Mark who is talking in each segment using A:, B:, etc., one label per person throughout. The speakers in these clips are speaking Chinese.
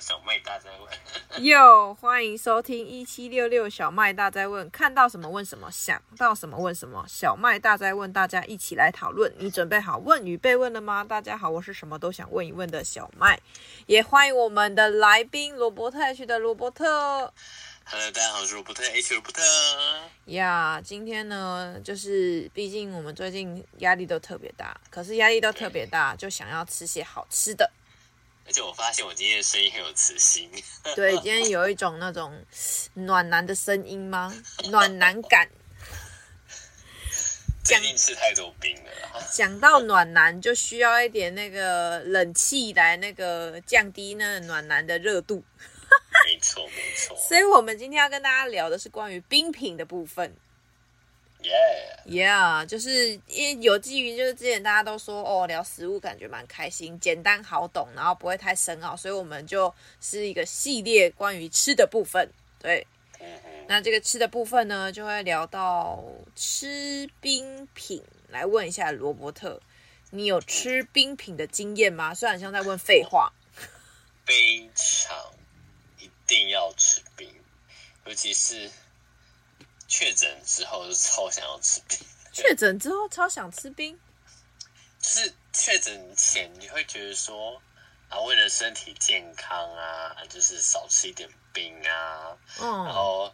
A: 小麦大在问。
B: 哟，欢迎收听一七六六小麦大在问，看到什么问什么，想到什么问什么。小麦大在问，大家一起来讨论。你准备好问与被问了吗？大家好，我是什么都想问一问的小麦，也欢迎我们的来宾罗伯特 H 的罗伯特。
A: Hello，大家好，我是罗伯特 H 罗伯特。
B: 呀今天呢，就是毕竟我们最近压力都特别大，可是压力都特别大，就想要吃些好吃的。
A: 而且我发现我今天的声音很有磁性，
B: 对，今天有一种那种暖男的声音吗？暖男感。
A: 最近吃太多冰了啦。
B: 讲到暖男，就需要一点那个冷气来那个降低那个暖男的热度。
A: 没错，没错。
B: 所以我们今天要跟大家聊的是关于冰品的部分。
A: Yeah，
B: Yeah，就是因为有基于就是之前大家都说哦，聊食物感觉蛮开心，简单好懂，然后不会太深奥，所以我们就是一个系列关于吃的部分。对，
A: 嗯哼，
B: 那这个吃的部分呢，就会聊到吃冰品。来问一下罗伯特，你有吃冰品的经验吗？虽然像在问废话。
A: 非常一定要吃冰，尤其是确诊之后，就超想要吃冰。
B: 确诊之后超想吃冰，
A: 就是确诊前，你会觉得说啊，为了身体健康啊，就是少吃一点冰啊，然
B: 嗯，
A: 后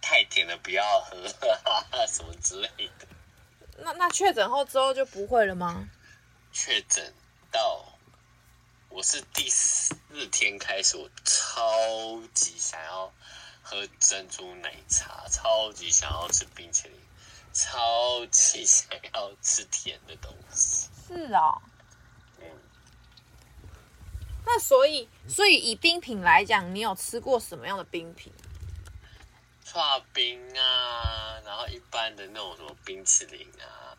A: 太甜的不要喝 啊，什么之类的。
B: 那那确诊后之后就不会了吗？
A: 确诊到我是第四天开始，我超级想要喝珍珠奶茶，超级想要吃冰淇淋，超级想要吃甜的东西。
B: 是哦，
A: 嗯，
B: 那所以所以以冰品来讲，你有吃过什么样的冰品？
A: 刨冰啊，然后一般的那种什么冰淇淋啊，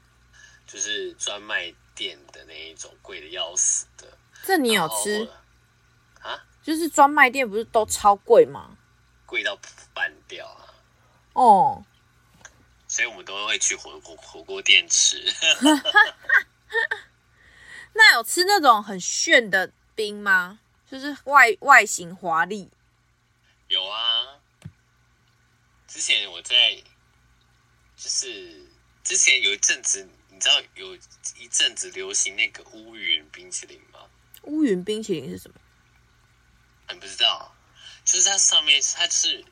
A: 就是专卖店的那一种，贵的要死的。
B: 这你
A: 你
B: 有吃？
A: 啊？
B: 就是专卖店不是都超贵吗？
A: 贵到半掉啊！
B: 哦，
A: 所以我们都会去火锅火锅店吃。
B: 那有吃那种很炫的冰吗？就是外外形华丽，
A: 有啊，之前我在，就是之前有一阵子，你知道有一阵子流行那个乌云冰淇淋吗？
B: 乌云冰淇淋是什么？
A: 你不知道，就是它上面它是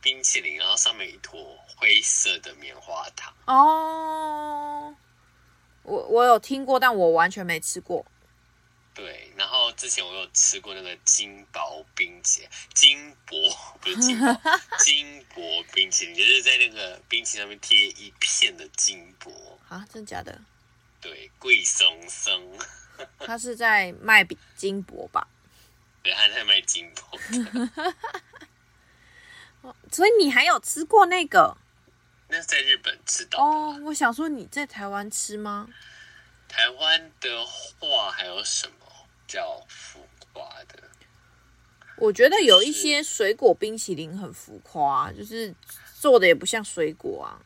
A: 冰淇淋，然后上面有一坨灰色的棉花糖，
B: 哦，我我有听过，但我完全没吃过。
A: 对。然后之前我有吃过那个金箔冰淇金箔不是金 箔，金箔冰淇淋，就是在那个冰淇淋上面贴一片的金箔，
B: 啊，真的假的？
A: 对，贵松松。
B: 他是在卖比金箔吧？
A: 对，他在卖金箔。
B: 所以你还有吃过那个？
A: 那是在日本吃到的
B: 哦
A: 啦。，
B: 我想说你在台湾吃吗？
A: 台湾的话还有什么叫浮夸的？
B: 我觉得有一些水果冰淇淋很浮夸、啊就是做的也不像水果啊，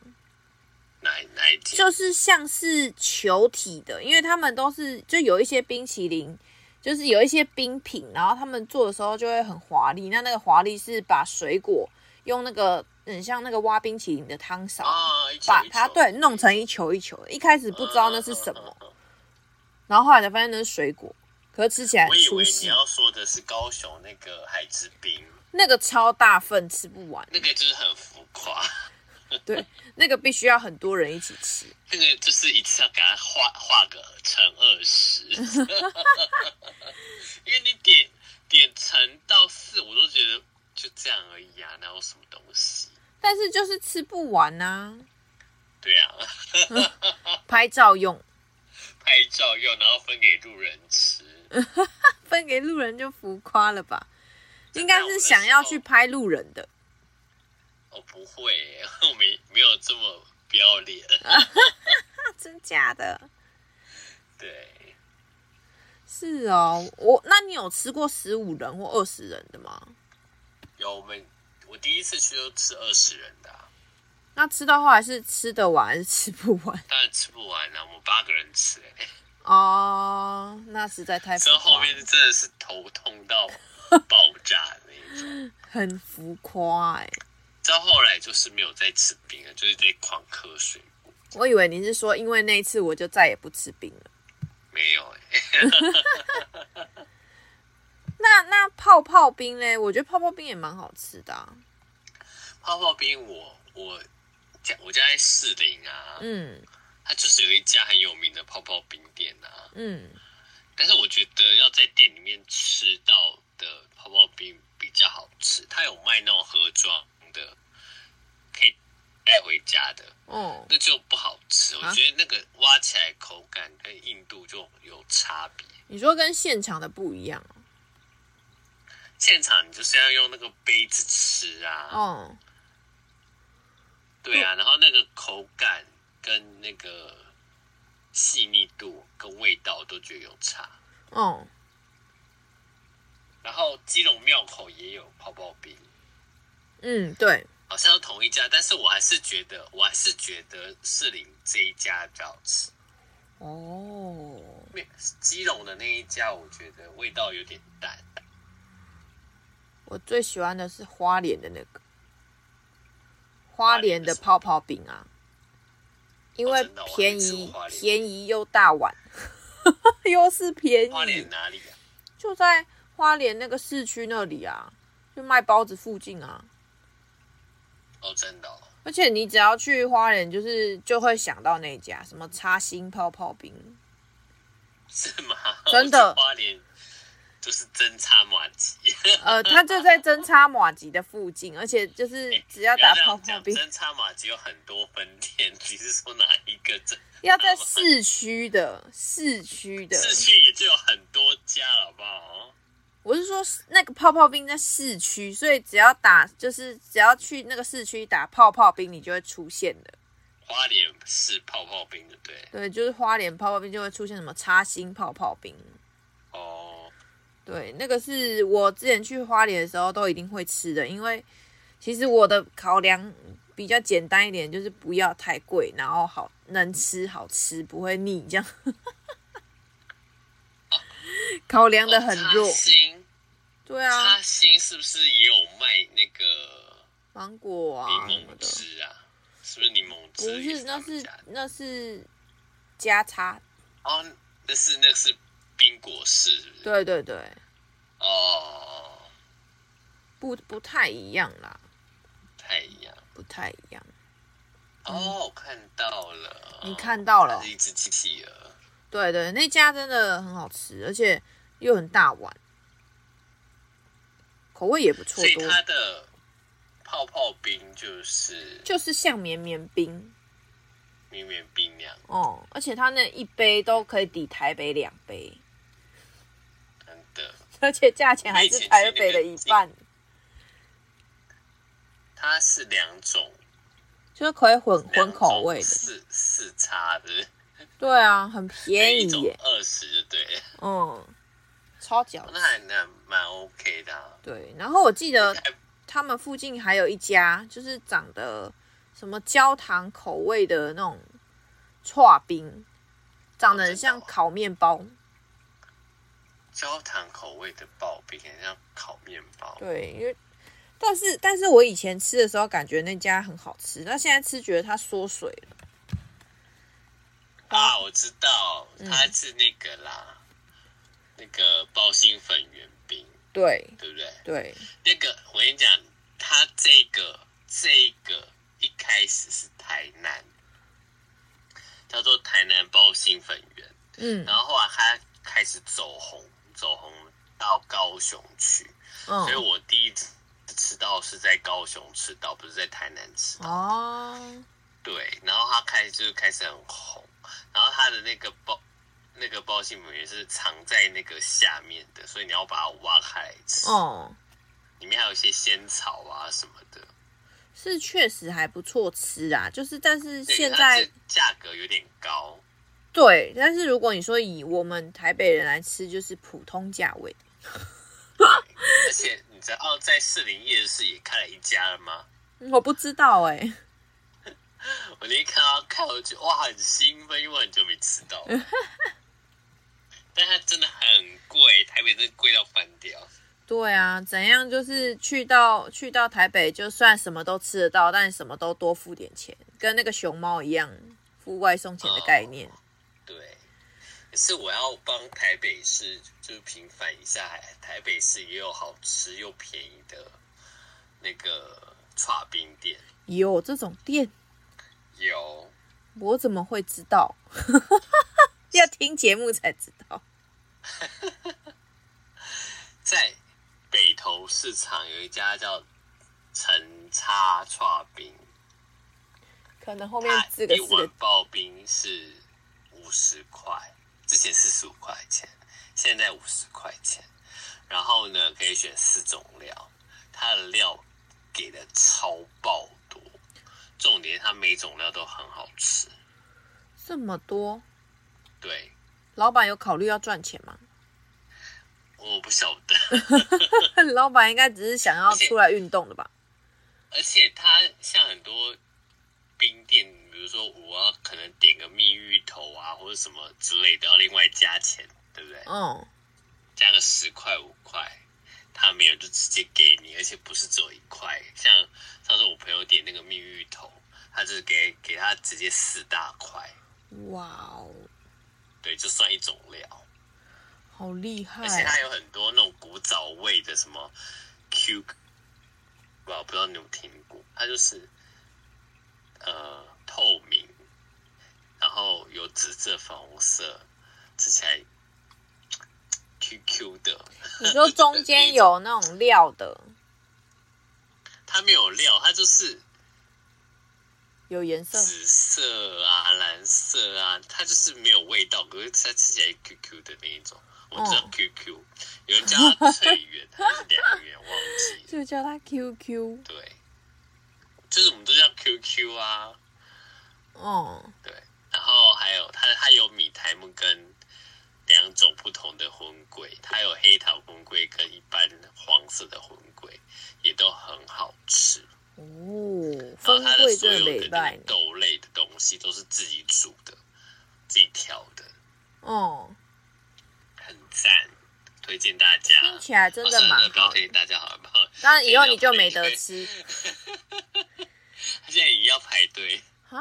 A: 哪哪一间？
B: 就是像是球体的，因为他们都是就有一些冰淇淋，就是有一些冰品，然后他们做的时候就会很华丽。那那个华丽是把水果用那个很像那个挖冰淇淋的汤勺，
A: 啊，一球
B: 把
A: 一球嗯
B: 它对弄成一球一球的。一开始不知道那是什么，然后后来才发现那是水果，可是吃起来
A: 我
B: 很
A: 以
B: 出
A: 为你
B: 戏，
A: 要说的是高雄那个海之冰，
B: 那个超大份吃不完，
A: 那个就是很浮夸，
B: 对，那个必须要很多人一起吃。
A: 那个就是一次要给它画画个乘二十， 因为你点点乘到四，我都觉得就这样而已啊，哪有什么东西？
B: 但是就是吃不完呐、
A: 对啊。
B: 拍照用，
A: 拍照用，然后分给路人吃。
B: 分给路人就浮夸了吧？应该是想要去拍路人的，
A: 我哦不会 耶，我没没有这么不要脸。
B: 那、啊真假的？
A: 对，
B: 是哦，我那你有吃过十五人或二十人的吗？
A: 有我们我第一次去都吃二十人的啊、
B: 那吃到后来是吃得完还是吃不完？
A: 当然吃不完啊，我们八个人吃欸耶。
B: 哦，那实在太浮
A: 之后后
B: 夸了。
A: 面真的是头痛到爆炸的那一种。
B: 很浮夸哎、
A: 到后来就是没有再吃冰了，就是得狂喝水果。
B: 我以为你是说因为那一次我就再也不吃冰了。
A: 没有哎、
B: 那那泡泡冰嘞？我觉得泡泡冰也蛮好吃的、啊。
A: 泡泡冰我我家我家在士林啊，
B: 嗯
A: 它就是有一家很有名的泡泡冰店啊，
B: 嗯，
A: 但是我觉得要在店里面吃到的泡泡冰比较好吃，它有卖那种盒装的，可以带回家的，
B: 哦，
A: 那就不好吃。
B: 啊
A: 我觉得那个挖起来口感跟硬度就有差别。
B: 你说跟现场的不一样啊
A: 现场你就是要用那个杯子吃啊，
B: 哦，嗯
A: 对啊，然后那个口感跟那个细腻度跟味道都觉得有差。
B: 哦，
A: 然后基隆庙口也有泡泡冰，
B: 嗯，对，
A: 好像都同一家，但是我还是觉得，我还是觉得士林这一家比较好吃。
B: 哦，
A: 面基隆的那一家，我觉得味道有点淡。
B: 我最喜欢的是花莲的那个花莲的泡泡冰啊，因为
A: 哦真的我还没
B: 便
A: 吃过
B: 宜
A: 花莲
B: 便宜又大碗， 又是便
A: 花
B: 宜
A: 莲，哪里啊？
B: 就在花莲那个市区那里啊，就卖包子附近啊。
A: 哦，真的、哦，
B: 而且你只要去花莲，就是就会想到那一家什么叉心泡泡冰，
A: 是吗？
B: 真的
A: 我去花莲就是真差马吉。
B: 呃，它就在真叉马吉的附近，而且就是
A: 哎
B: 只要打泡泡冰，
A: 真差马吉有很多分店，你是说哪一个真？
B: 要在市区的市区的，
A: 市区也就有很多家了，好不好？
B: 我是说那个泡泡冰在市区，所以只要打就是只要去那个市区打泡泡冰，你就会出现的。
A: 花莲是泡泡冰，对不对？
B: 对，就是花莲泡泡冰就会出现什么叉心泡泡冰，
A: 哦，
B: 对，那个是我之前去花莲的时候都一定会吃的，因为其实我的考量比较简单一点，就是不要太贵，然后好能吃好吃，不会腻这样。 考量的很
A: 哦，
B: 弱
A: 插心，
B: 对
A: 插
B: 啊，
A: 心是不是也有卖那个
B: 芒果
A: 柠
B: 啊什么
A: 檬
B: 的，
A: 汁啊？是不是柠檬
B: 不
A: 汁也
B: 是，
A: 他
B: 那
A: 们
B: 是
A: 家的？
B: 那是加差，
A: 哦，那是那是冰果室，是不是？
B: 对对对，
A: 哦，
B: 不不太一样啦，
A: 不太一样。
B: 不太一样。
A: 哦，我看到了，
B: 你看到了
A: 它是一只机器鹅。
B: 对对，那家真的很好吃，而且又很大碗，口味也不错
A: 所以
B: 多，
A: 它的泡泡冰就是
B: 就是像绵绵冰
A: 绵绵冰那样，
B: 哦、而且它那一杯都可以抵台北两杯，
A: 真的。
B: 而且价钱还是台北的一半，
A: 它是两种
B: 就是可以混
A: 两
B: 混口味
A: 种
B: 的。
A: 四四叉的，
B: 对啊，很便宜
A: 一种
B: 耶，
A: 二十，对，
B: 嗯，超级好
A: 那
B: 吃。
A: 还那蛮 OK 的、啊。
B: 对，然后我记得
A: 还
B: 他们附近还有一家，就是长得什么焦糖口味的那种串冰，长得
A: 哦
B: 很像烤面包。
A: 焦糖口味的刨冰，很像烤面包。啊
B: 对，因为但是但是我以前吃的时候感觉那家很好吃，那现在吃觉得它缩水了。
A: 啊，我知道，
B: 嗯
A: 它是那个啦，那个包心粉圆冰，
B: 对
A: 对不对？
B: 对，
A: 那个我跟你讲，它这个这个一开始是台南，叫做台南包心粉圆，
B: 嗯
A: 然后后来它开始走红，走红到高雄去，哦所以
B: 嗯，
A: 我第一次吃到是在高雄吃到，不是在台南吃到。
B: 哦，
A: 对，然后它开始就是开始很红，然后它的那个包。那个包心粉圆是藏在那个下面的，所以你要把它挖开来吃。
B: 哦、
A: 里面还有一些仙草啊什么的。
B: 是确实还不错吃啊，就是但是
A: 对
B: 现
A: 它
B: 在
A: 这价格有点高，
B: 对，但是如果你说以我们台北人来吃，就是普通价位。
A: 而且你知道哦在士林夜市也开了一家了吗？
B: 我不知道哎、
A: 我那天看到看我就哇很兴奋，因为我很久没吃到 了。但它真的很贵，台北真的贵到翻掉。
B: 对啊，怎样就是去到去到台北，就算什么都吃得到，但什么都多付点钱，跟那个熊猫一样，付外送钱的概念。
A: 对，可是我要帮台北市就是平反一下，台北市也有好吃又便宜的那个串冰店，
B: 有这种店，
A: 有
B: 我怎么会知道？ 要听节目才知道。
A: 在北投市场有一家叫陈叉串冰，
B: 可能后面
A: 它
B: 四个
A: 一
B: 四
A: 碗
B: 个
A: 刨冰是五十块，之前四十五块钱，现在五十块钱。然后呢，可以选四种料，它的料给的超爆多，重点它每种料都很好吃。
B: 这么多，
A: 对，
B: 老板有考虑要赚钱吗？
A: 我不晓得，
B: 老板应该只是想要出来运动的吧？
A: 而且它像很多冰店，比如说我要可能点个蜜芋头啊，或者什么之类的，要另外加钱，对不对？
B: 嗯，
A: 加个十块五块，他没有就直接给你，而且不是只有一块。像上次我朋友点那个蜜芋头，他就是给给他直接四大块，
B: 哇哦，
A: 对，就算一种料。
B: 好厉害
A: 而！且它有很多那种古早味的什么 Q，我不知道你有没有听过，它就是呃透明，然后有紫色、粉红色，吃起来 QQ 的。
B: 你说中间有那种料的，
A: 它没有料，它就是
B: 有颜色，
A: 紫色啊、蓝色啊，它就是没有味道，可是它吃起来 QQ 的那一种。我知道
B: 哦
A: QQ，、有人叫它 翠圆还是两圆，忘记。
B: 就叫它 QQ。
A: 对，就是我们都叫 QQ 啊，
B: 嗯，
A: 对。然后还有它，它有米苔木跟两种不同的荤桂，它有黑糖荤桂跟一般黄色的荤桂，也都很好吃。
B: 哦，
A: 然后
B: 风
A: 它的
B: 贵
A: 所
B: 这
A: 有的
B: 礼
A: 那
B: 拜
A: 个，豆类的东西都是自己煮的，自己调的，
B: 哦、
A: 很赞，推荐大家。
B: 听起来真
A: 哦
B: 的
A: 算了
B: 蛮
A: 不要
B: 好
A: 推荐
B: 的。
A: 大家好了不好？
B: 那以后你就没得吃
A: 现在也要排队，
B: 啊！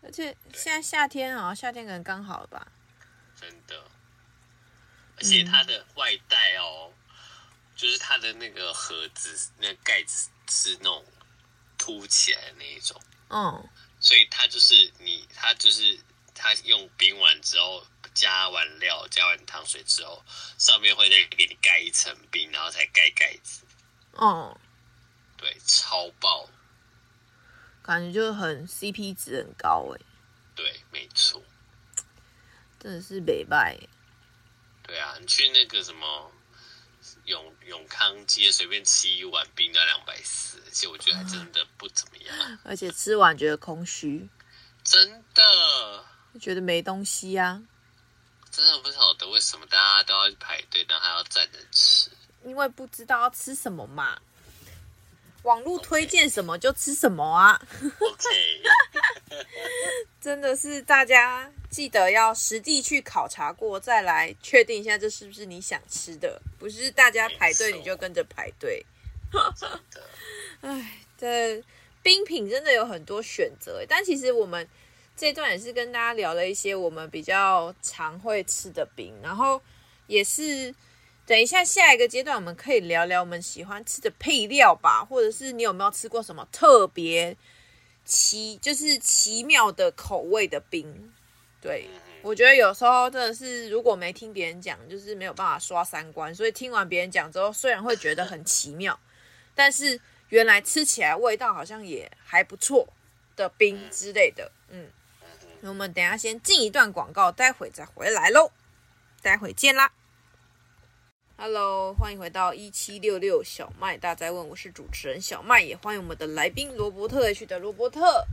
B: 而且现在夏天好像夏天可能刚好了吧？
A: 真的。而且它的外带哦，就是它的那个盒子，那个盖子是那种凸起来的那一种，
B: 嗯，
A: 所以它就是你，它就是它用冰完之后，加完料、加完糖水之后，上面会再给你盖一层冰，然后才盖盖子，
B: 哦、
A: 对，超爆，
B: 感觉就很 CP 值很高哎、
A: 对，没错，
B: 真的是北拜欸。
A: 对啊，你去那个什么永永康街随便吃一碗冰要两百四，而且我觉得还真的不怎么样，啊
B: 而且吃完觉得空虚，
A: 真的。
B: 就觉得没东西啊，
A: 真的不晓得为什么大家都要去排队，然后还要站着吃。
B: 因为不知道要吃什么嘛。网络推荐什么就吃什么啊，
A: OK，
B: 真的是大家记得要实地去考察过，再来确定一下这是不是你想吃的，不是大家排队
A: 没错
B: 你就跟着排队。
A: 真的，
B: 唉，这冰品真的有很多选择耶，欸但其实我们这段也是跟大家聊了一些我们比较常会吃的冰，然后也是等一下下一个阶段我们可以聊聊我们喜欢吃的配料吧，或者是你有没有吃过什么特别奇，就是奇妙的口味的冰？对，
A: 嗯
B: 我觉得有时候真的是，如果没听别人讲，就是没有办法刷三观。所以听完别人讲之后，虽然会觉得很奇妙，但是原来吃起来味道好像也还不错的冰之类的。嗯，那我们等一下先进一段广告，待会再回来喽，待会见啦。Hello，欢迎回到一七六六小麦大灾问，我是主持人小麦，也欢迎我们的来宾罗伯特 H 的罗伯特。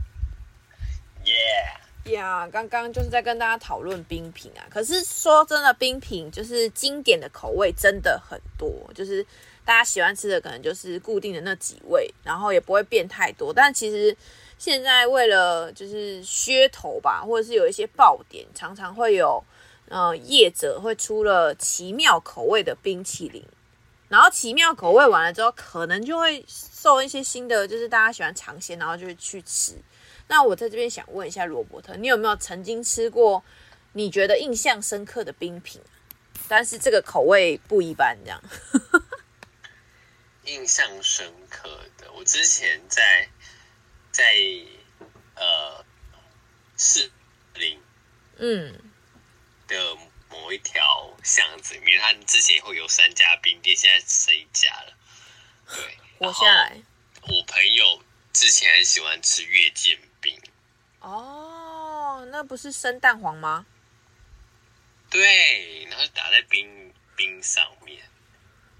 A: 耶、
B: 呀，刚刚就是在跟大家讨论冰品啊。可是说真的，冰品就是经典的口味真的很多，就是大家喜欢吃的可能就是固定的那几味，然后也不会变太多。但其实现在为了就是噱头吧，或者是有一些爆点，常常会有呃业者会出了奇妙口味的冰淇淋。然后奇妙口味完了之后，可能就会受一些新的，就是大家喜欢尝鲜，然后就会去吃。那我在这边想问一下罗伯特，你有没有曾经吃过你觉得印象深刻的冰品？啊但是这个口味不一般，这样。
A: 印象深刻的，我之前在在呃士林
B: 嗯，
A: 的某一条巷子里面，它之前会有三家冰店，现在剩一家了。对，
B: 活下来。
A: 我朋友之前很喜欢吃月见冰，
B: 哦，那不是生蛋黄吗？
A: 对，然后打在冰冰上面。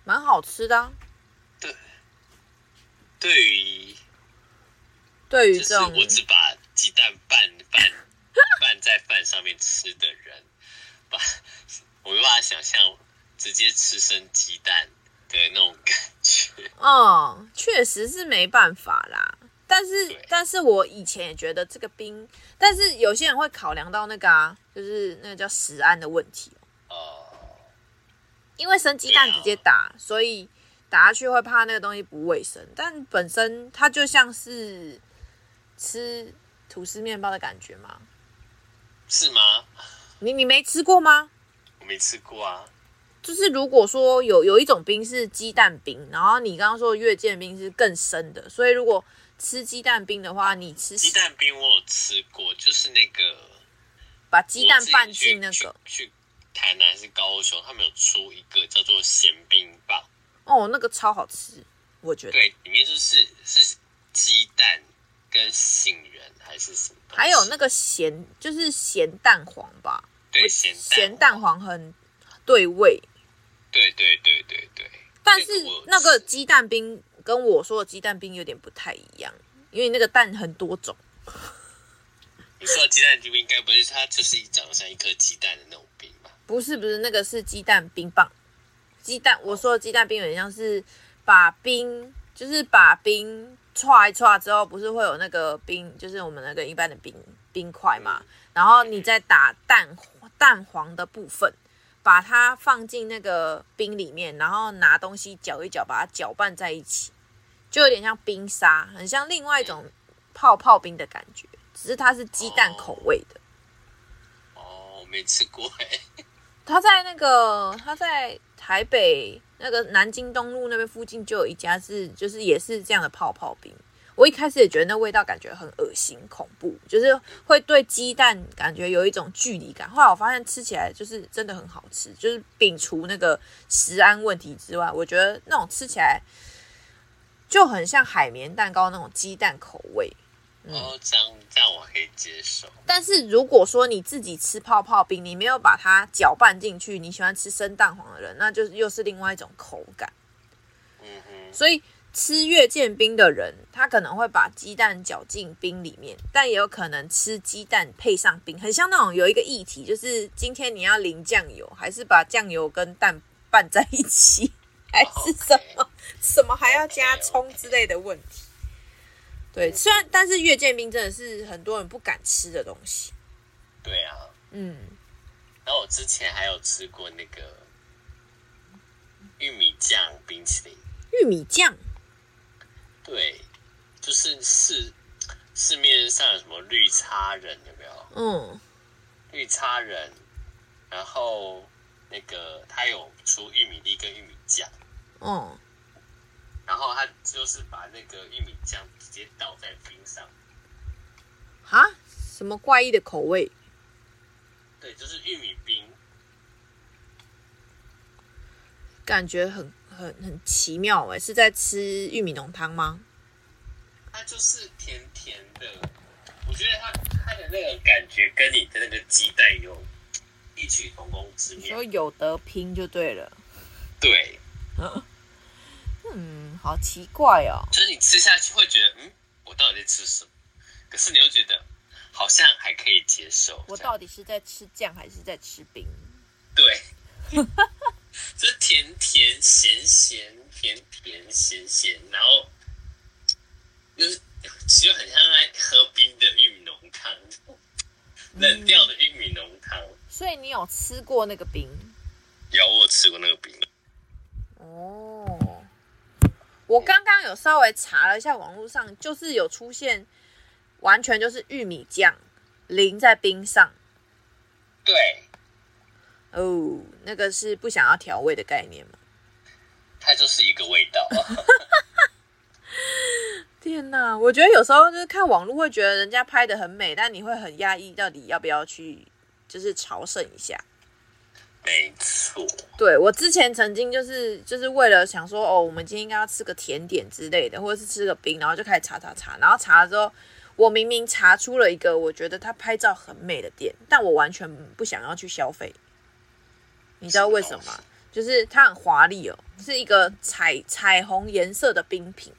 B: 蛮好吃的啊、
A: 对，对于
B: 对于
A: 就
B: 这
A: 是
B: 种
A: 我只把鸡蛋拌拌拌在饭上面吃的人，把我没办法想象直接吃生鸡蛋的那种感觉。
B: 嗯，确实是没办法啦。但是
A: 对，
B: 但是我以前也觉得这个冰，但是有些人会考量到那个啊，就是那个叫食安的问题，
A: 哦，
B: 因为生鸡蛋
A: 对啊
B: 直接打，所以打下去会怕那个东西不卫生，但本身它就像是吃吐司面包的感觉嘛。
A: 是吗？
B: 你你没吃过吗？
A: 我没吃过啊。
B: 就是如果说有有一种冰是鸡蛋冰，然后你刚刚说的月见冰是更深的，所以如果吃鸡蛋冰的话，你吃
A: 鸡蛋冰我有吃过，就是那个
B: 把鸡蛋
A: 我之前
B: 拌
A: 去
B: 进那
A: 去
B: 个，
A: 去台南还是高雄，他们有出一个叫做咸冰棒，
B: 哦，那个超好吃，我觉得。
A: 对，里面就是是鸡蛋跟杏仁还是什么东西，
B: 还有那个咸，就是咸蛋黄吧，
A: 对
B: 我
A: 咸
B: 咸蛋黄很对味，
A: 对对对对对，
B: 但是
A: 我有
B: 那个
A: 吃
B: 鸡蛋冰跟我说的鸡蛋冰有点不太一样，因为那个蛋很多种。
A: 你说的鸡蛋冰应该不是它，就是一长得像一颗鸡蛋的那种冰吧？
B: 不是不是，那个是鸡蛋冰棒。鸡蛋，我说的鸡蛋冰有点像是把冰，就是把冰歘一歘之后，不是会有那个冰，就是我们那个一般的冰冰块嘛。然后你再打蛋蛋黄的部分，把它放进那个冰里面，然后拿东西搅一搅，把它搅拌在一起，就有点像冰沙，很像另外一种泡泡冰的感觉，只是它是鸡蛋口味的。
A: 哦，我没吃过哎、
B: 他在那个他在台北那个南京东路那边附近就有一家是就是也是这样的泡泡冰。我一开始也觉得那味道感觉很恶心恐怖，就是会对鸡蛋感觉有一种距离感。后来我发现吃起来就是真的很好吃，就是摒除那个食安问题之外，我觉得那种吃起来就很像海绵蛋糕那种鸡蛋口味。嗯
A: 哦，这样这样我可以接受。
B: 但是如果说你自己吃泡泡冰，你没有把它搅拌进去，你喜欢吃生蛋黄的人，那就是又是另外一种口感。
A: 嗯哼，
B: 所以吃月见冰的人，他可能会把鸡蛋搅进冰里面，但也有可能吃鸡蛋配上冰，很像那种有一个议题，就是今天你要淋酱油，还是把酱油跟蛋拌在一起，还是什么什么还要加葱之类的问题。对，虽然但是月见冰真的是很多人不敢吃的东西。
A: 对啊。
B: 嗯，
A: 然后我之前还有吃过那个玉米酱冰淇淋，
B: 玉米酱，
A: 对，就是市市面上有什么绿茶人有没有？
B: 嗯，
A: 绿茶人，然后那个它有出玉米粒跟玉米酱。
B: 哦，
A: 然后他就是把那个玉米酱直接倒在冰上，
B: 哈，什么怪异的口味？
A: 对，就是玉米冰，
B: 感觉很很很奇妙哎，是在吃玉米浓汤吗？
A: 它就是甜甜的。我觉得它它的那个感觉跟你的那个鸡蛋有异曲同工之妙
B: 说。有得拼就对了。
A: 对，
B: 嗯，好奇怪哦。
A: 就是你吃下去会觉得，嗯，我到底在吃什么？可是你又觉得好像还可以接受。
B: 我
A: 这样
B: 到底是在吃酱还是在吃冰？
A: 对， 就是甜甜咸咸，甜甜咸咸，然后就是其实很像在喝冰的玉米浓汤，
B: 嗯
A: 冷掉的玉米浓汤。
B: 所以你有吃过那个冰？
A: 有我吃过那个冰，
B: 哦，哦，我刚刚有稍微查了一下网络上，就是有出现完全就是玉米酱淋在冰上
A: 对，
B: 哦，那个是不想要调味的概念嘛？
A: 它就是一个味道。啊
B: 天哪，我觉得有时候就是看网络会觉得人家拍的很美，但你会很压抑，到底要不要去就是朝圣一下？
A: 没错，
B: 对我之前曾经就是就是为了想说哦，我们今天应该要吃个甜点之类的，或者是吃个冰，然后就开始查查查，然后查了之后，我明明查出了一个我觉得它拍照很美的店，但我完全不想要去消费。你知道为什么
A: 什么
B: 吗？就是它很华丽哦，是一个彩彩虹颜色的冰品，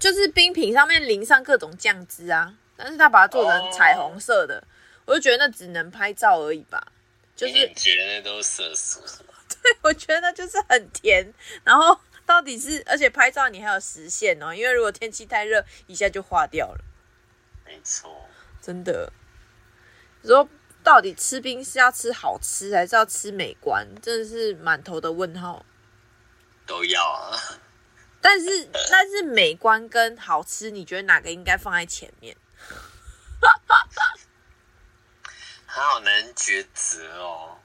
B: 就是冰品上面淋上各种酱汁啊，但是它把它做成彩
A: 哦
B: 虹色的，我就觉得那只能拍照而已吧。 就是
A: 你觉得那都是色素是吗？
B: 我觉得就是很甜，然后到底是，而且拍照你还有时限哦，因为如果天气太热，一下就化掉了，
A: 没错，
B: 真的。你说到底吃冰是要吃好吃，还是要吃美观，真的是满头的问号。
A: 都要啊。
B: 但是，但是美观跟好吃，你觉得哪个应该放在前面？
A: 它好难抉择哦。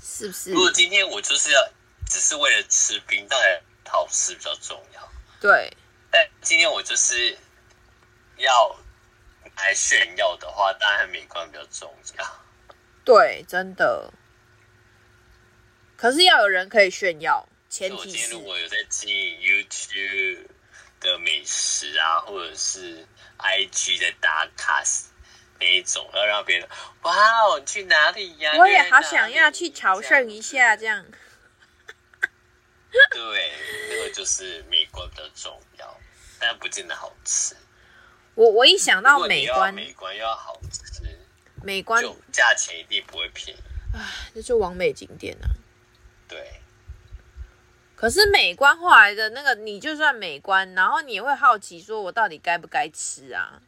B: 是不是
A: 如？果今天我就是要只是为了吃冰，当然好吃比较重要。
B: 对，
A: 但今天我就是要来炫耀的话，当然美观比较重要。
B: 对，真的。可是要有人可以炫耀，前
A: 我
B: 提
A: 今天
B: 是
A: 如果有在经营 YouTube 的美食啊，或者是 IG 在打卡那一种，要让别人哇哦，你去哪里呀、
B: 我也
A: 你在
B: 好
A: 哪
B: 想
A: 里
B: 要去朝圣一下，这。样。
A: 这样对，那个就是美观比较重要，但不见得好吃。
B: 我我一想
A: 如
B: 到
A: 果你
B: 啊美
A: 要
B: 观，
A: 美观又要好吃，
B: 美观
A: 就价钱一定不会便宜。
B: 那就完美景点啊。
A: 对，
B: 可是美观后来的那个，你就算美观，然后你也会好奇，说我到底该不该吃啊？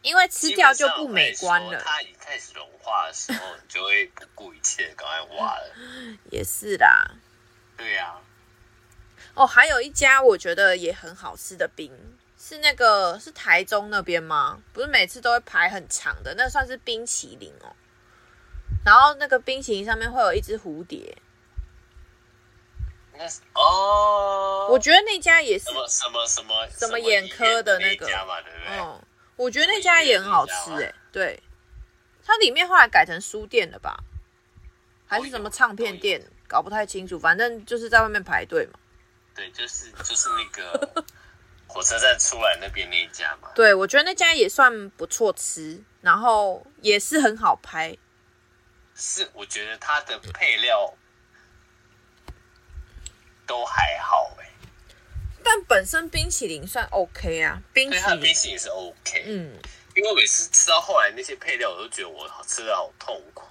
B: 因为吃掉就不美观
A: 基本
B: 了
A: 上来说，它一开始融化的时候，你就会不顾一切地赶快挖了。
B: 也是啦。
A: 对啊呀、
B: 哦，还有一家我觉得也很好吃的冰，是那个是台中那边吗？不是每次都会排很长的，那算是冰淇淋哦。然后那个冰淇淋上面会有一只蝴蝶，
A: 那是哦，
B: 我觉得那家也是
A: 什么什么什么
B: 什么眼科的那
A: 那
B: 个
A: 一家嘛，对不对？
B: 嗯，我觉得那家也很好吃
A: 那
B: 哎、
A: 家
B: 对，它里面后来改成书店了吧，还是什
A: 哦
B: 么唱片店，搞不太清楚，反正就是在外面排队嘛。
A: 对，就是就是那个火车站出来那边那一家嘛。
B: 对，我觉得那家也算不错吃，然后也是很好拍，
A: 是，我觉得它的配料都还好哎、欸，
B: 但本身冰淇淋算 OK 啊，冰
A: 对
B: 淇
A: 它的
B: 淋
A: 冰，淇淋是 OK，、
B: 嗯，
A: 因为我每次吃到后来那些配料，我都觉得我吃的好痛苦，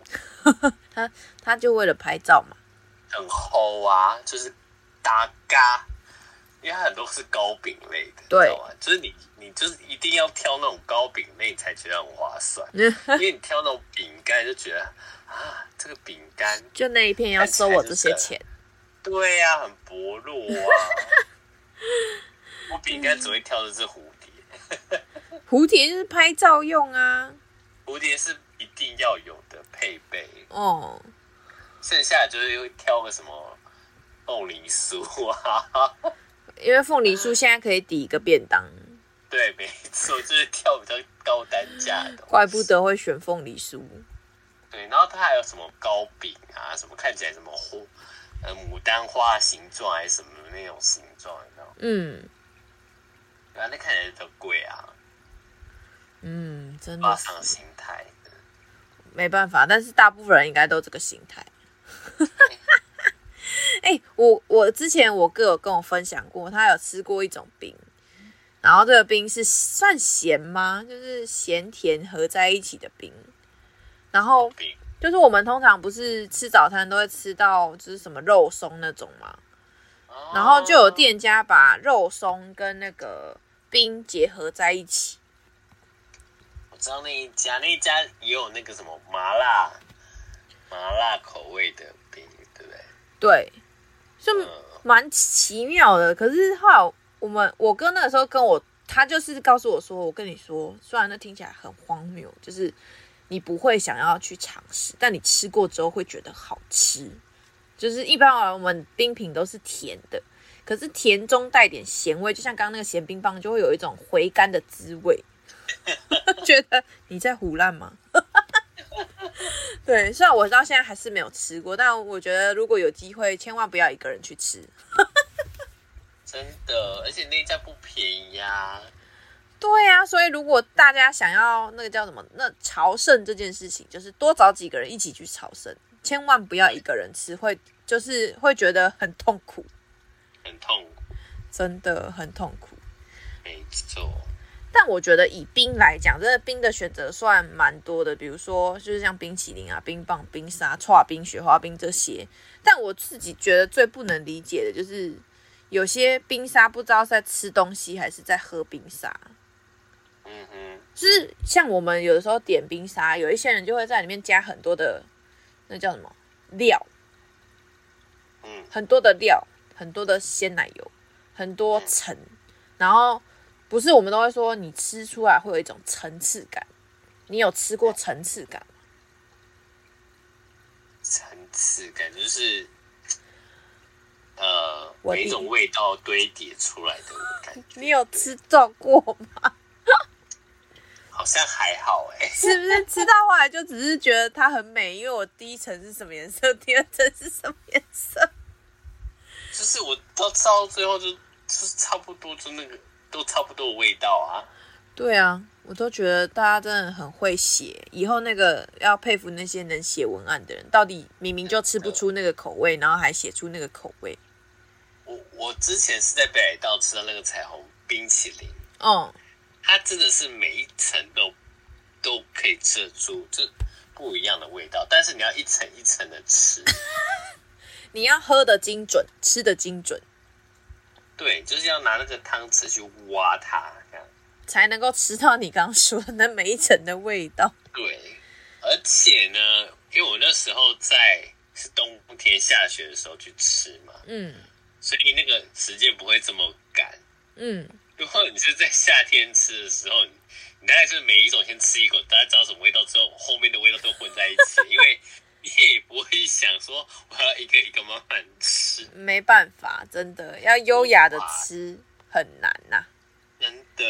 B: 他他就为了拍照嘛，
A: 很齁啊，就是搭嘎，因为它很多是糕饼类的，
B: 对
A: 你知道吗？就是你你就是一定要挑那种糕饼类才觉得很划算，因为你挑那种饼干就觉得啊，这个饼干
B: 就那一片要收我这些钱，
A: 对呀、很薄弱 啊，我饼干只会挑的是蝴蝶，
B: 蝴蝶就是拍照用啊，
A: 蝴蝶是一定要有的配备。
B: 哦，
A: 剩下的就是又挑个什么凤梨酥啊，
B: 因为凤梨酥现在可以抵一个便当。
A: 对，没错，就是挑比较高单价的。
B: 怪不得会选凤梨酥。
A: 对，然后它还有什么糕饼啊，什么看起来什么花，呃，牡丹花形状还是什么那种形状，你知道吗？
B: 嗯
A: 对啊，那看起来比较贵啊，
B: 嗯，真
A: 发
B: 的是
A: 上心态的。
B: 没办法，但是大部分人应该都这个心态。 哎、我我之前我哥有跟我分享过，他有吃过一种冰，然后这个冰是算咸吗？就是咸甜合在一起的冰。然后
A: 饼
B: 就是我们通常不是吃早餐都会吃到就是什么肉松那种吗？
A: 哦
B: 然后就有店家把肉松跟那个冰结合在一起。
A: 我知道那一家，那一家也有那个什么麻辣麻辣口味的对不对？
B: 对，就
A: 嗯，
B: 蛮奇妙的。可是后来我们我哥那个时候跟我，他就是告诉我说，我跟你说，虽然那听起来很荒谬，就是你不会想要去尝试，但你吃过之后会觉得好吃。就是一般而言我们冰品都是甜的，可是甜中带点咸味，就像刚刚那个咸冰棒，就会有一种回甘的滋味。 觉得你在胡乱吗？ 对，虽然我到现在还是没有吃过，但我觉得如果有机会，千万不要一个人去吃。
A: 真的，而且那家不便宜啊呀、
B: 对啊，所以如果大家想要那个叫什么，那朝圣这件事情，就是多找几个人一起去朝圣，千万不要一个人吃，会就是会觉得很痛苦，
A: 很痛苦。
B: 真的很痛苦。
A: 没错，
B: 但我觉得以冰来讲，真的冰的选择算蛮多的，比如说就是像冰淇淋啊、冰棒、冰沙、串冰、雪花冰这些。但我自己觉得最不能理解的就是，有些冰沙不知道是在吃东西还是在喝冰沙。
A: 嗯哼，
B: 就是像我们有的时候点冰沙，有一些人就会在里面加很多的那叫什么料，
A: 嗯，
B: 很多的料，很多的鲜奶油，很多层，然后不是我们都会说你吃出来会有一种层次感，你有吃过层次感吗？
A: 层次感就是，呃，
B: 我
A: 有一
B: 第
A: 种
B: 一
A: 味道堆叠出来的感觉，
B: 你有吃到过吗？
A: 好像还好哎、
B: 是不是吃到后来就只是觉得它很美？因为我第一层是什么颜色，第二层是什么颜色？
A: 就是我到到最后就就是差不多就那个都差不多的味道啊，
B: 对啊，我都觉得大家真的很会写，以后那个要佩服那些能写文案的人，到底明明就吃不出那个口味，然后还写出那个口味。
A: 我我之前是在北海道吃的那个彩虹冰淇淋，
B: 哦、
A: 它真的是每一层都都可以吃得出这不一样的味道，但是你要一层一层的吃，
B: 你要喝的精准，吃的精准，
A: 对，就是要拿那个汤匙去挖它，这样
B: 才能够吃到你刚刚说的那每一层的味道。
A: 对。而且呢，因为我那时候在是冬天下雪的时候去吃嘛，
B: 嗯
A: 所以那个时间不会这么赶。
B: 嗯，
A: 如果你是在夏天吃的时候，你你大概就是每一种先吃一口，大家知道什么味道之后，后面的味道都混在一起，因为你也不会想说我要一个一个慢慢吃，
B: 没办法，真的要优雅的吃很难呐、
A: 真的。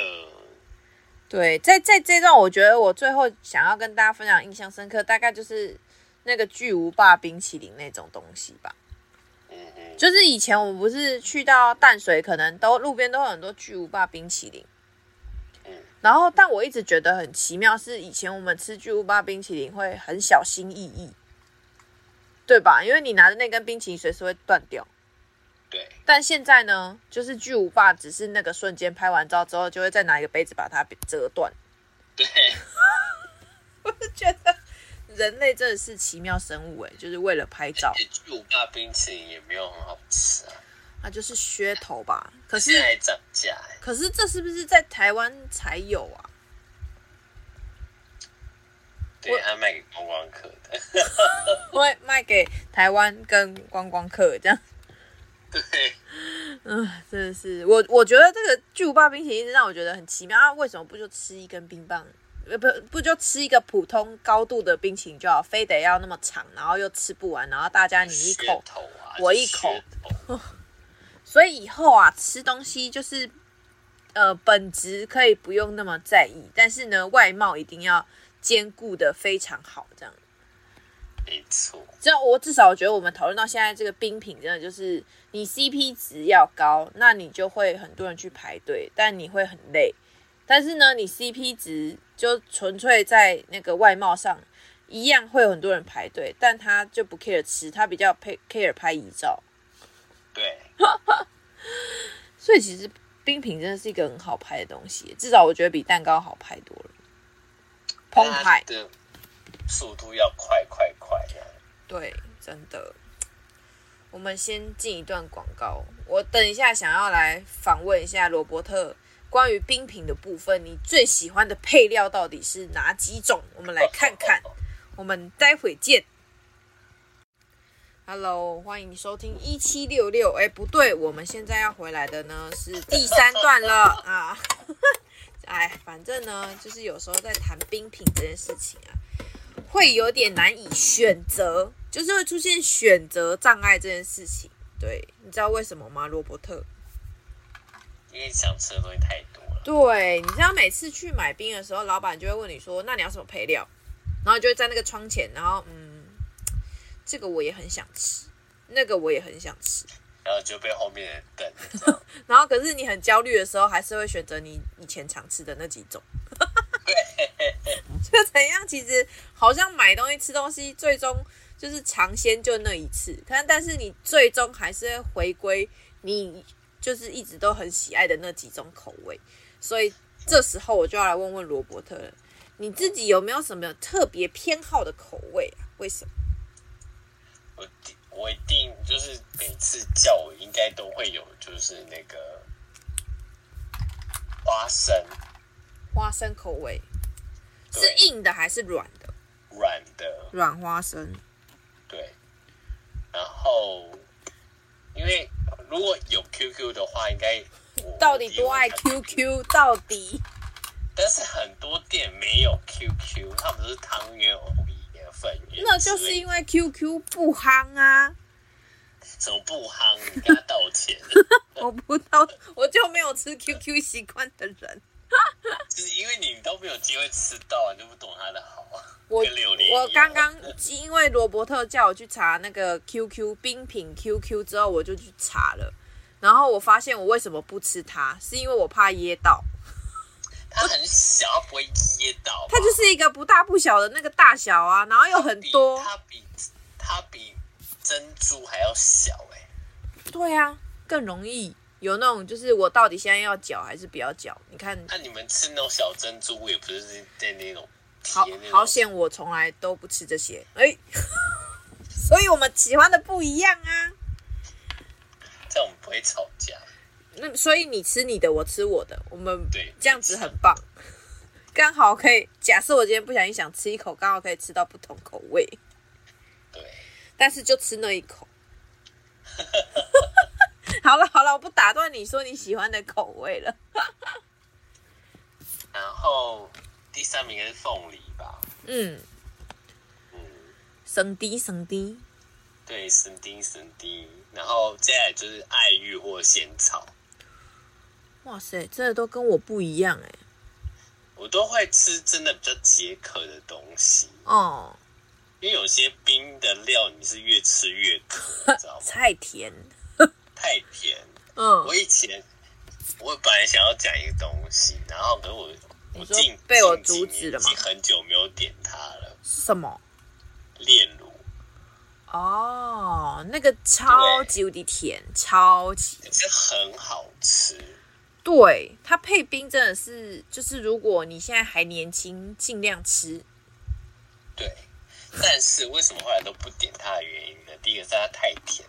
B: 对，在在这段，我觉得我最后想要跟大家分享印象深刻，大概就是那个巨无霸冰淇淋那种东西吧。
A: 嗯哼，
B: 就是以前我们不是去到淡水，可能都路边都有很多巨无霸冰淇淋。
A: 嗯
B: 然后，但我一直觉得很奇妙，是以前我们吃巨无霸冰淇淋会很小心翼翼，对吧？因为你拿着那根冰淇淋随时会断掉。
A: 对，
B: 但现在呢，就是巨无霸只是那个瞬间拍完照之后，就会再拿一个杯子把它折断。
A: 对，
B: 我觉得人类真的是奇妙生物哎，就是为了拍照，
A: 也巨无霸冰淇淋也没有很好吃啊，
B: 那就是噱头吧。可
A: 现
B: 是，
A: 在还涨价欸、
B: 可是这是不是在台湾才有啊？
A: 对，他卖给观光客的，
B: 会卖给台湾跟观光客这样。
A: 对，
B: 嗯，真的是我，我觉得这个巨无霸冰淇淋一直让我觉得很奇妙啊，为什么不就吃一根冰棒？呃，不不就吃一个普通高度的冰淇淋就好，非得要那么长，然后又吃不完，然后大家你一
A: 噱
B: 口。
A: 头啊，
B: 我一口
A: 噱头，
B: 所以以后啊，吃东西就是呃本质可以不用那么在意，但是呢，外貌一定要兼顾的非常好，这样。
A: 没错，
B: 这样我至少我觉得我们讨论到现在这个冰品，真的就是你 CP 值要高，那你就会很多人去排队，但你会很累。但是呢，你 CP 值就纯粹在那个外貌上，一样会有很多人排队，但他就不 care 吃，他比较 pa- care 拍遗照。
A: 对，
B: 所以其实冰品真的是一个很好拍的东西，至少我觉得比蛋糕好拍多了。
A: 啊
B: 澎湃
A: 它，的速度要快快快呀、
B: 对，真的。我们先进一段广告，我等一下想要来访问一下罗伯特关于冰品的部分，你最喜欢的配料到底是哪几种？我们来看看，我们待会见。 Hello，欢迎收听一七六六。哎，不对，我们现在要回来的呢是第三段了啊。哎，反正呢，就是有时候在谈冰品这件事情啊，会有点难以选择，就是会出现选择障碍这件事情。对，你知道为什么吗？罗伯特，
A: 因为想吃的东西太多了。
B: 对，你知道每次去买冰的时候，老板就会问你说：“那你要什么配料？”然后你就会在那个窗前，然后嗯，这个我也很想吃，那个我也很想吃。
A: 然后就被后面的人瞪。
B: 然后可是你很焦虑的时候，还是会选择你以前常吃的那几种。 就怎样？其实好像买东西、吃东西，最终就是尝鲜就那一次，但但是你最终还是会回归你就是一直都很喜爱的那几种口味。所以这时候我就要来问问罗伯特了，你自己有没有什么特别偏好的口味啊？为什么？
A: 我第我一定就是每次叫我应该都会有，就是那个花生
B: 花生口味
A: 对
B: 是硬的还是软的？
A: 软的，
B: 软花生。
A: 对。然后因为如果有 QQ 的话，应该我
B: 到底多爱？
A: 我一定会
B: QQ？到底？
A: 但是很多店没有 QQ，他们都是汤圆、藕圆、粉圆之类的，
B: 那就是因为 QQ 不夯啊！
A: 什么不夯，你跟他道歉，
B: 我不到， 我就没有吃 QQ 习惯的人。
A: 就是因为你都没有机会吃到，啊你就不懂他的好。啊
B: 我
A: 跟榴莲一样
B: 我刚刚因为罗伯特叫我去查那个 QQ 冰品 QQ 之后，我就去查了，然后我发现我为什么不吃它，是因为我怕噎到。
A: 它很小，它不会噎到吧。
B: 它就是一个不大不小的那个大小啊，然后又很
A: 比
B: 多。
A: 它比它比珍珠还要小哎、
B: 对啊，更容易有那种就是我到底现在要搅还是不要搅？你看
A: 那、啊你们吃那种小珍珠，我也不是在那种贴
B: 好
A: 那
B: 好
A: 种，
B: 险，我从来都不吃这些，哎、 所以我们喜欢的不一样啊。
A: 这样我们不会吵架。
B: 那所以你吃你的，我吃我的，我们
A: 对
B: 这样子很棒，刚好可以。假设我今天不小心想吃一口，刚好可以吃到不同口味，
A: 对，
B: 但是就吃那 一口。好了好了，我不打断你说你喜欢的口味了。
A: 然后第三名应该是凤梨吧？
B: 嗯，
A: 嗯，
B: 省低省低，
A: 对，神丁神丁。然后接下来就是爱玉或仙草，
B: 哇塞，这都跟我不一样哎、
A: 我都会吃真的比较解渴的东西，
B: 哦，
A: 因为有些冰的料你是越吃越 渴，你知道吗？
B: 太甜，
A: 太甜。
B: 嗯
A: 我，以前我本来想要讲一个东西，然后可是我
B: 你
A: 我
B: 说
A: 近
B: 被我
A: 近几
B: 阻止了吗
A: 年已经很久没有点它了，
B: 是什么？
A: 炼乳。
B: 哦，那个超级无敌甜，超级
A: 可是很好吃，
B: 对它配冰真的是，就是如果你现在还年轻，尽量吃。
A: 对。但是为什么后来都不点它的原因呢？第一个是它太甜，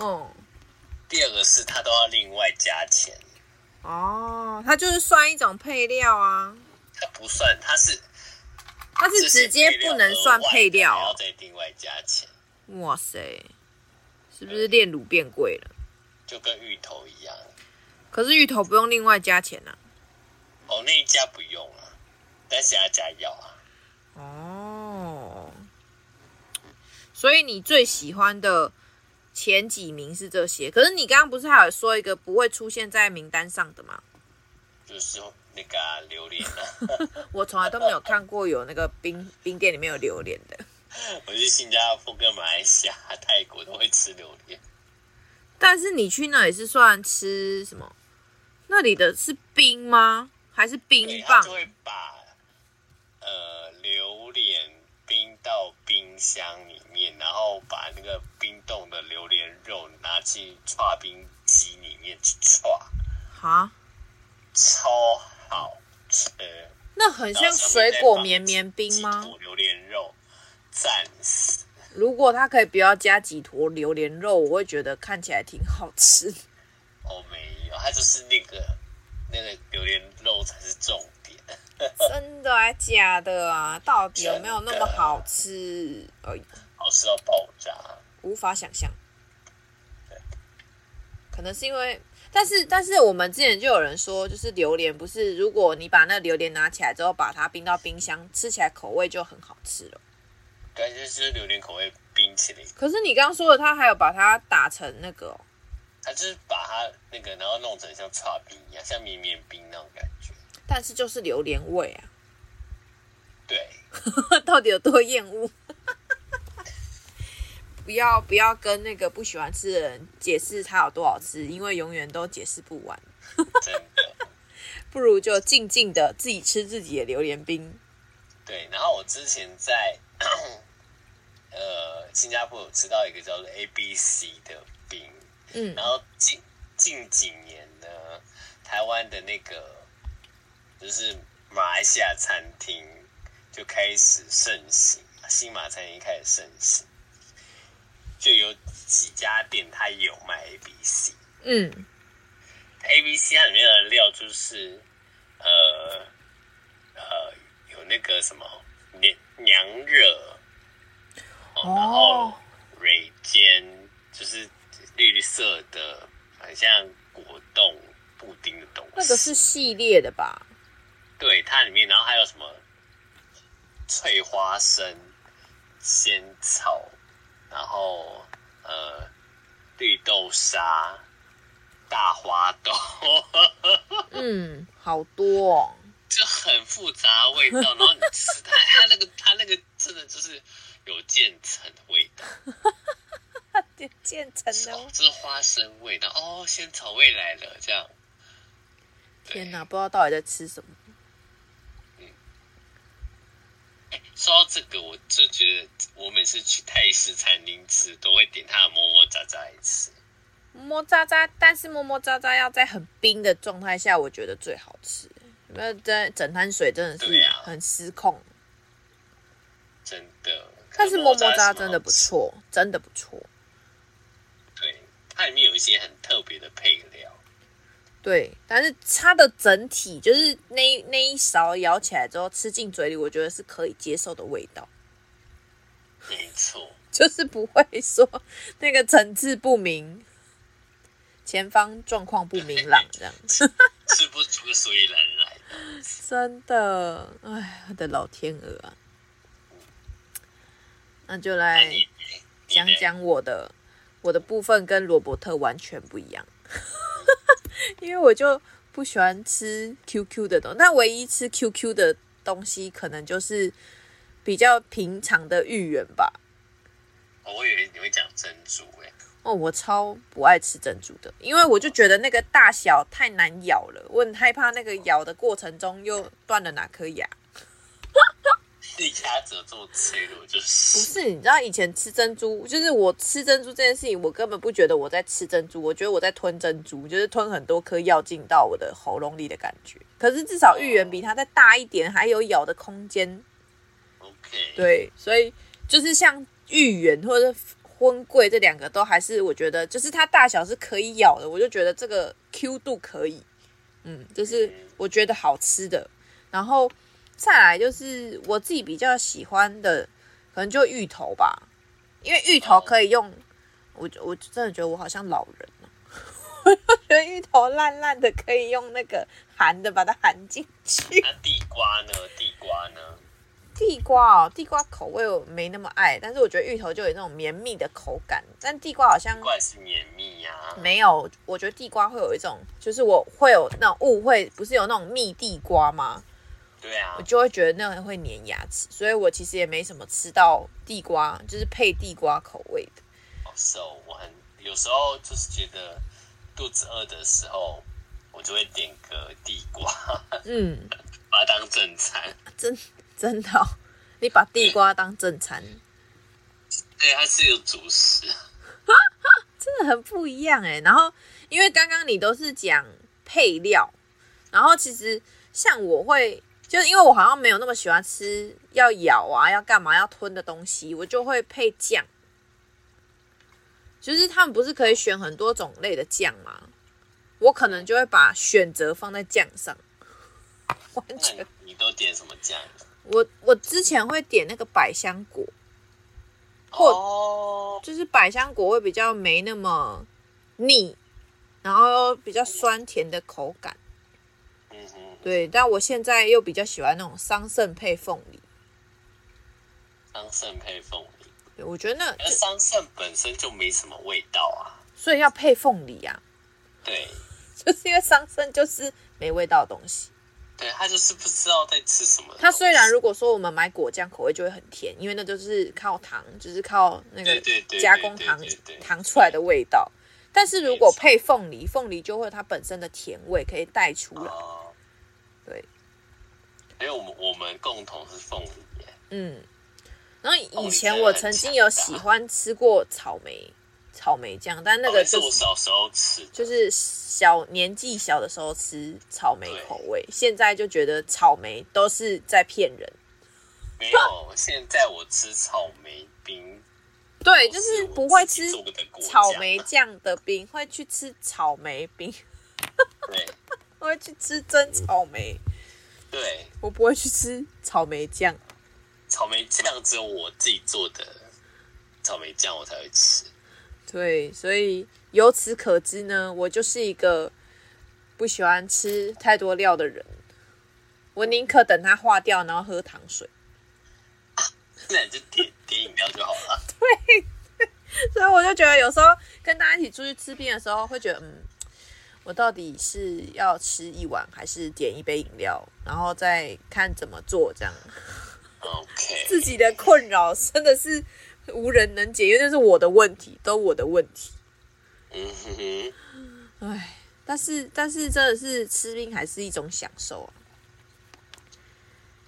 B: 嗯，
A: 第二个是它都要另外加钱，
B: 哦，它就是算一种配料啊，
A: 它不算，它是
B: 它是直接不能算配料
A: 然后
B: 哦。
A: 再另外加钱，
B: 哇塞，是不是炼乳变贵了？
A: 就跟芋头一样。
B: 可是芋头不用另外加钱啊。
A: 哦，那一家不用啊，但是要加药啊。
B: 哦，所以你最喜欢的前几名是这些，可是你刚刚不是还有说一个不会出现在名单上的吗？
A: 就是那个啊、榴莲啊，
B: 我从来都没有看过有那个冰冰店里面有榴莲的，
A: 我去新加坡跟马来西亚、 泰国都会吃榴莲，
B: 但是你去那里是算吃什么？那里的是冰吗？还是
A: 对，
B: 冰
A: 他
B: 棒
A: 就？会把呃榴莲冰到冰箱里面，然后把那个冰冻的榴莲肉拿去串冰机里面去串，
B: 啊，
A: 超好吃。
B: 那很
A: 然
B: 像
A: 后上
B: 水
A: 面再
B: 果
A: 放
B: 绵绵冰
A: 几
B: 吗？
A: 坨榴莲肉，赞死！
B: 如果它可以不要加几坨榴莲肉，我会觉得看起来挺好吃的。
A: 哦，没有，它就是那个那个榴莲肉才是重点。
B: 真的啊还假的啊？到底有没有那么好吃？哎呦，
A: 好吃到爆炸。
B: 无法想象。可能是因为，但是但是我们之前就有人说，就是榴莲不是，如果你把那榴莲拿起来之后，把它冰到冰箱，吃起来口味就很好吃了。
A: 感觉就是榴莲口味冰淇淋，
B: 可是你刚刚说的，他还有把它打成那个、哦，
A: 它就是把它那个，然后弄成像刨冰一样，像绵绵冰那种感觉。
B: 但是就是榴莲味啊，
A: 对，
B: 到底有多厌恶？ 不要不要跟那个不喜欢吃的人解释它有多好吃，因为永远都解释不完。
A: 真的。
B: 不如就静静的自己吃自己的榴莲冰。
A: 对，然后我之前在呃新加坡有吃到一个叫做 A B C 的冰，
B: 嗯
A: 然后近近几年呢，台湾的那个就是马来西亚餐厅就开始盛行，新马餐厅开始盛行，就有几家店它有卖 A B C。
B: 嗯
A: A B C 它里面的料就是，呃呃，有那个什么娘娘惹，哦，然后
B: 哦
A: 蕊尖就是绿色的，很像果冻布丁的东西。
B: 那个是系列的吧？
A: 对它里面，然后还有什么翠花生、仙草，然后呃绿豆沙、大花豆。
B: 嗯，好多、 哦。
A: 就很复杂的味道，然后你吃它，它那个它那个真的就是有渐层的味道，
B: 渐层
A: 是哦
B: 的，
A: 这是花生味，然后哦仙草味来了，这样
B: 天哪，不知道到底在吃什么。
A: 说到这个，我就觉得我每次去泰式餐厅吃，都会点它的么么喳喳来吃。
B: 么喳喳，但是么么喳喳要在很冰的状态下，我觉得最好吃。那整整滩水真的
A: 对
B: 是
A: 啊
B: 很失控，
A: 真的，
B: 但是么
A: 么
B: 么喳真的不。错，真的不错。
A: 对，它里面有一些很特别的配料，
B: 对，但是它的整体就是那一那一勺舀起来之后吃进嘴里，我觉得是可以接受的味道，
A: 没错，
B: 就是不会说 那个层次不明，前方状况不明朗这样。
A: 吃不出个所以然来 的。
B: 真的，哎，我的老天鹅啊！那就
A: 那
B: 来
A: 你你
B: 哎讲
A: 呢
B: 讲我的我的部分跟罗伯特完全不一样， 因为我就不喜欢吃 QQ 的东西，但唯一吃 QQ 的东西可能就是比较平常的芋圆吧。
A: 哦我以为你会讲珍珠欸诶、
B: 哦，我超不爱吃珍珠的，因为我就觉得那个大小太难咬了，我很害怕那个咬的过程中又断了哪颗牙。
A: 自己家只有这么脆弱，就
B: 不
A: 是
B: 是，你知道以前吃珍珠，就是我吃珍珠这件事情，我根本不觉得我在吃珍珠，我觉得我在吞珍珠，就是吞很多颗药进到我的喉咙里的感觉。可是至少芋圆比它再大一点，还有咬的空间。
A: OK。，
B: 对，所以就是像芋圆或者是荤桂这两个，都还是我觉得就是它大小是可以咬的，我就觉得这个 Q 度可以，嗯，就是我觉得好吃的。然后再来就是我自己比较喜欢的，可能就芋头吧，因为芋头可以用。我我真的觉得我好像老人了， 我就觉得芋头烂烂的，可以用那个含的把它含进去。
A: 那地瓜呢？地瓜呢？
B: 嗯地瓜哦，地瓜口味我没那么爱，但是我觉得芋头就有那种绵密的口感，但地瓜好像
A: 怪是绵密呀、啊。
B: 没有。我觉得地瓜会有一种，就是我会有那种误会，不是有那种蜜地瓜吗？
A: 对啊
B: 我，就会觉得那个会粘牙齿，所以我其实也没什么吃到地瓜，就是配地瓜口味的。
A: 好瘦。我很有时候就是觉得肚子饿的时候，我就会点个地瓜，
B: 嗯，
A: 把它当正餐。
B: 真真的哦、你把地瓜当正餐，
A: 对，它是有主食。
B: 真的很不一样哎。然后因为刚刚你都是讲配料，然后其实像我会，就是因为我好像没有那么喜欢吃要咬啊、要干嘛、要吞的东西，我就会配酱。就是他们不是可以选很多种类的酱吗？我可能就会把选择放在酱上，完
A: 那
B: 全
A: 你你都点什么酱？
B: 我我之前会点那个百香果，或
A: 哦，
B: 就是百香果味比较没那么腻，然后比较酸甜的口感。
A: 嗯哼，
B: 对，但我现在又比较喜欢那种桑葚配凤梨，
A: 桑葚配凤梨，
B: 对我觉得那
A: 而桑葚本身就没什么味道啊。
B: 所以要配凤梨啊，
A: 对，
B: 就是因为桑葚就是没味道的东西。
A: 对他就是不知道在吃什么。
B: 它虽然如果说我们买果酱口味就会很甜，因为那就是靠糖，就是靠那个
A: 对对对
B: 加工糖
A: 对对对对
B: 糖出来的味道。但是如果配凤梨，凤梨就会有它本身的甜味可以带出来。
A: 哦，
B: 对，
A: 因为我们我们共同是凤梨耶，
B: 嗯。然后
A: 凤
B: 以
A: 梨
B: 前
A: 哦真的
B: 我
A: 很
B: 曾经
A: 强
B: 有
A: 大
B: 喜欢吃过草莓草莓酱，但那
A: 哦
B: 个
A: 是
B: 就
A: 我
B: 是
A: 小时候吃的，
B: 就是小年纪小的时候吃草莓
A: 对
B: 口味，现在就觉得草莓都是在骗人。
A: 没有。现在我吃草莓冰，
B: 对，
A: 都
B: 就是
A: 我
B: 不会
A: 自己
B: 吃
A: 做的果
B: 草
A: 酱啊
B: 莓酱的冰，会去吃草莓冰，
A: 对
B: 我 会去吃真草莓，
A: 对，
B: 我不会去吃草莓酱。
A: 草莓酱只有我自己做的草莓酱我才会吃。
B: 对，所以由此可知呢，我就是一个不喜欢吃太多料的人，我宁可等它化掉，然后喝糖水。
A: 那你就点点饮料就好了。
B: 所以我就觉得有时候跟大家一起出去吃冰的时候，会觉得嗯，我到底是要吃一碗，还是点一杯饮料，然后再看怎么做这样。
A: OK，
B: 自己的困扰真的是无人能解，因为这是我的问题，都我的问题。
A: 嗯哼哼，
B: 唉，但是但是真的是吃冰还是一种享受啊。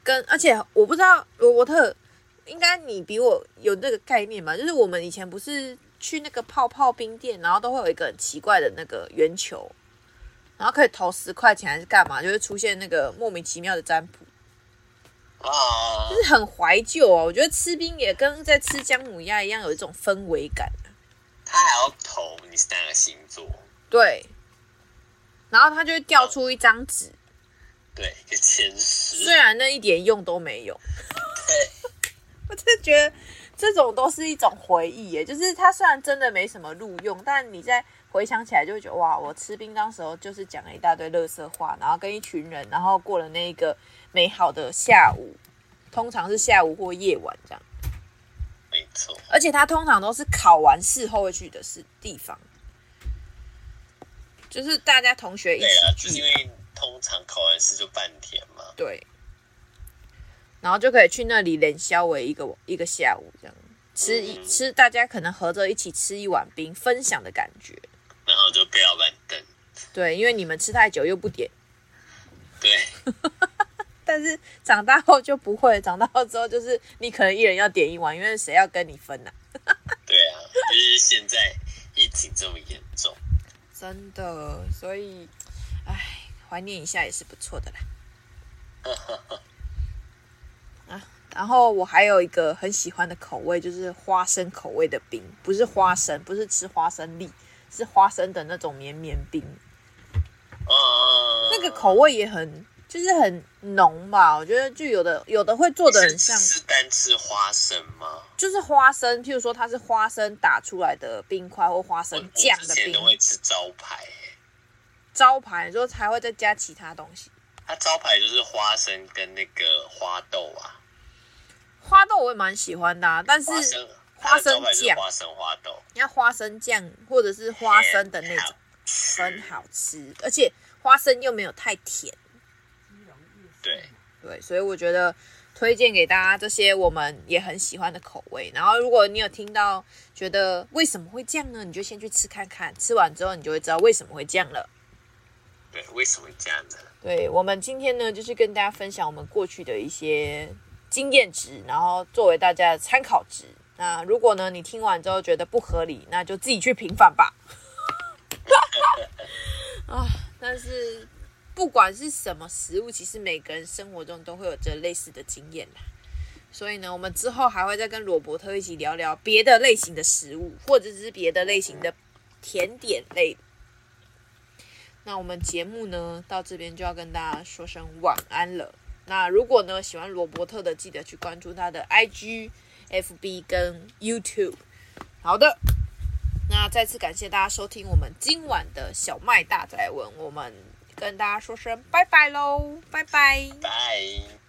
B: 跟而且我不知道罗伯特，应该你比我有那个概念吧？就是我们以前不是去那个泡泡冰店，然后都会有一个很奇怪的那个圆球，然后可以投十块钱还是干嘛，就会出现那个莫名其妙的占卜。
A: 啊，
B: 就是很怀旧啊。我觉得吃冰也跟在吃姜母鸭一样，有一种氛围感啊、
A: 他还要投你是哪个星座？
B: 对，然后它就会掉出一张纸，
A: 对，一个前十
B: 虽。然那一点用都 没有。我真的觉得这种都是一种回忆耶，就是它虽然真的没什么录用，但你在回想起来就会觉得哇，我吃冰当时候就是讲了一大堆乐色话，然后跟一群人，然后过了那一个美好的下午，通常是下午或夜晚这样。
A: 没错，
B: 而且它通常都是考完试后会去的是地方，就是大家同学一
A: 对啊，就
B: 起
A: 是因
B: 去，
A: 为通常考完试就半天嘛。
B: 对，然后就可以去那里连宵为一个一个下午这样吃一
A: 嗯
B: 吃，大家可能合着一起吃一碗冰，分享的感觉。
A: 然后就被老板瞪。
B: 对，因为你们吃太久又不点，
A: 对，
B: 但是长大后就不会，长大后之后就是你可能一人要点一碗，因为谁要跟你分呢、啊
A: 对啊，就是现在疫情这么严重，
B: 真的，所以，唉，怀念一下也是不错 的啦。啊，然后我还有一个很喜欢的口味，就是花生口味的冰，不是花生，不是吃花生粒，是花生的那种绵绵冰，
A: 嗯，
B: 那个口味也很，就是很浓吧。我觉得就有的有的会做的很像，
A: 是单吃花生吗？
B: 就是花生，譬如说它是花生打出来的冰块或花
A: 我
B: 生
A: 我
B: 酱
A: 之
B: 的
A: 前
B: 冰
A: 都会吃招牌、欸
B: 招牌，之后才会再加其他东西。
A: 它招牌就是花生跟那个花豆啊，
B: 花豆我也蛮喜欢的、啊，但是
A: 花生
B: 花
A: 它
B: 生
A: 的招牌就是
B: 酱
A: 花生花豆，
B: 你要花生酱或者是花生的那种，很好吃，而且花生又没有太甜，
A: 对，
B: 对，所以我觉得推荐给大家这些我们也很喜欢的口味。然后如果你有听到觉得为什么会这样呢，你就先去吃看看，吃完之后你就会知道为什么会这样了。
A: 对，为什么会这样呢？
B: 对我们今天呢，就是跟大家分享我们过去的一些经验值，然后作为大家的参考值。那如果呢，你听完之后觉得不合理，那就自己去平反吧。 啊，但是不管是什么食物，其实每个人生活中都会有着类似的经验啦。所以呢，我们之后还会再跟罗伯特一起聊聊别的类型的食物，或者是别的类型的甜点类那我们节目呢，到这边就要跟大家说声晚安了。那如果呢喜欢罗伯特的，记得去关注他的 IG、FB 跟 YouTube。好的，那再次感谢大家收听我们今晚的小麦大宅文，我们跟大家说声拜拜喽，拜拜。
A: 拜。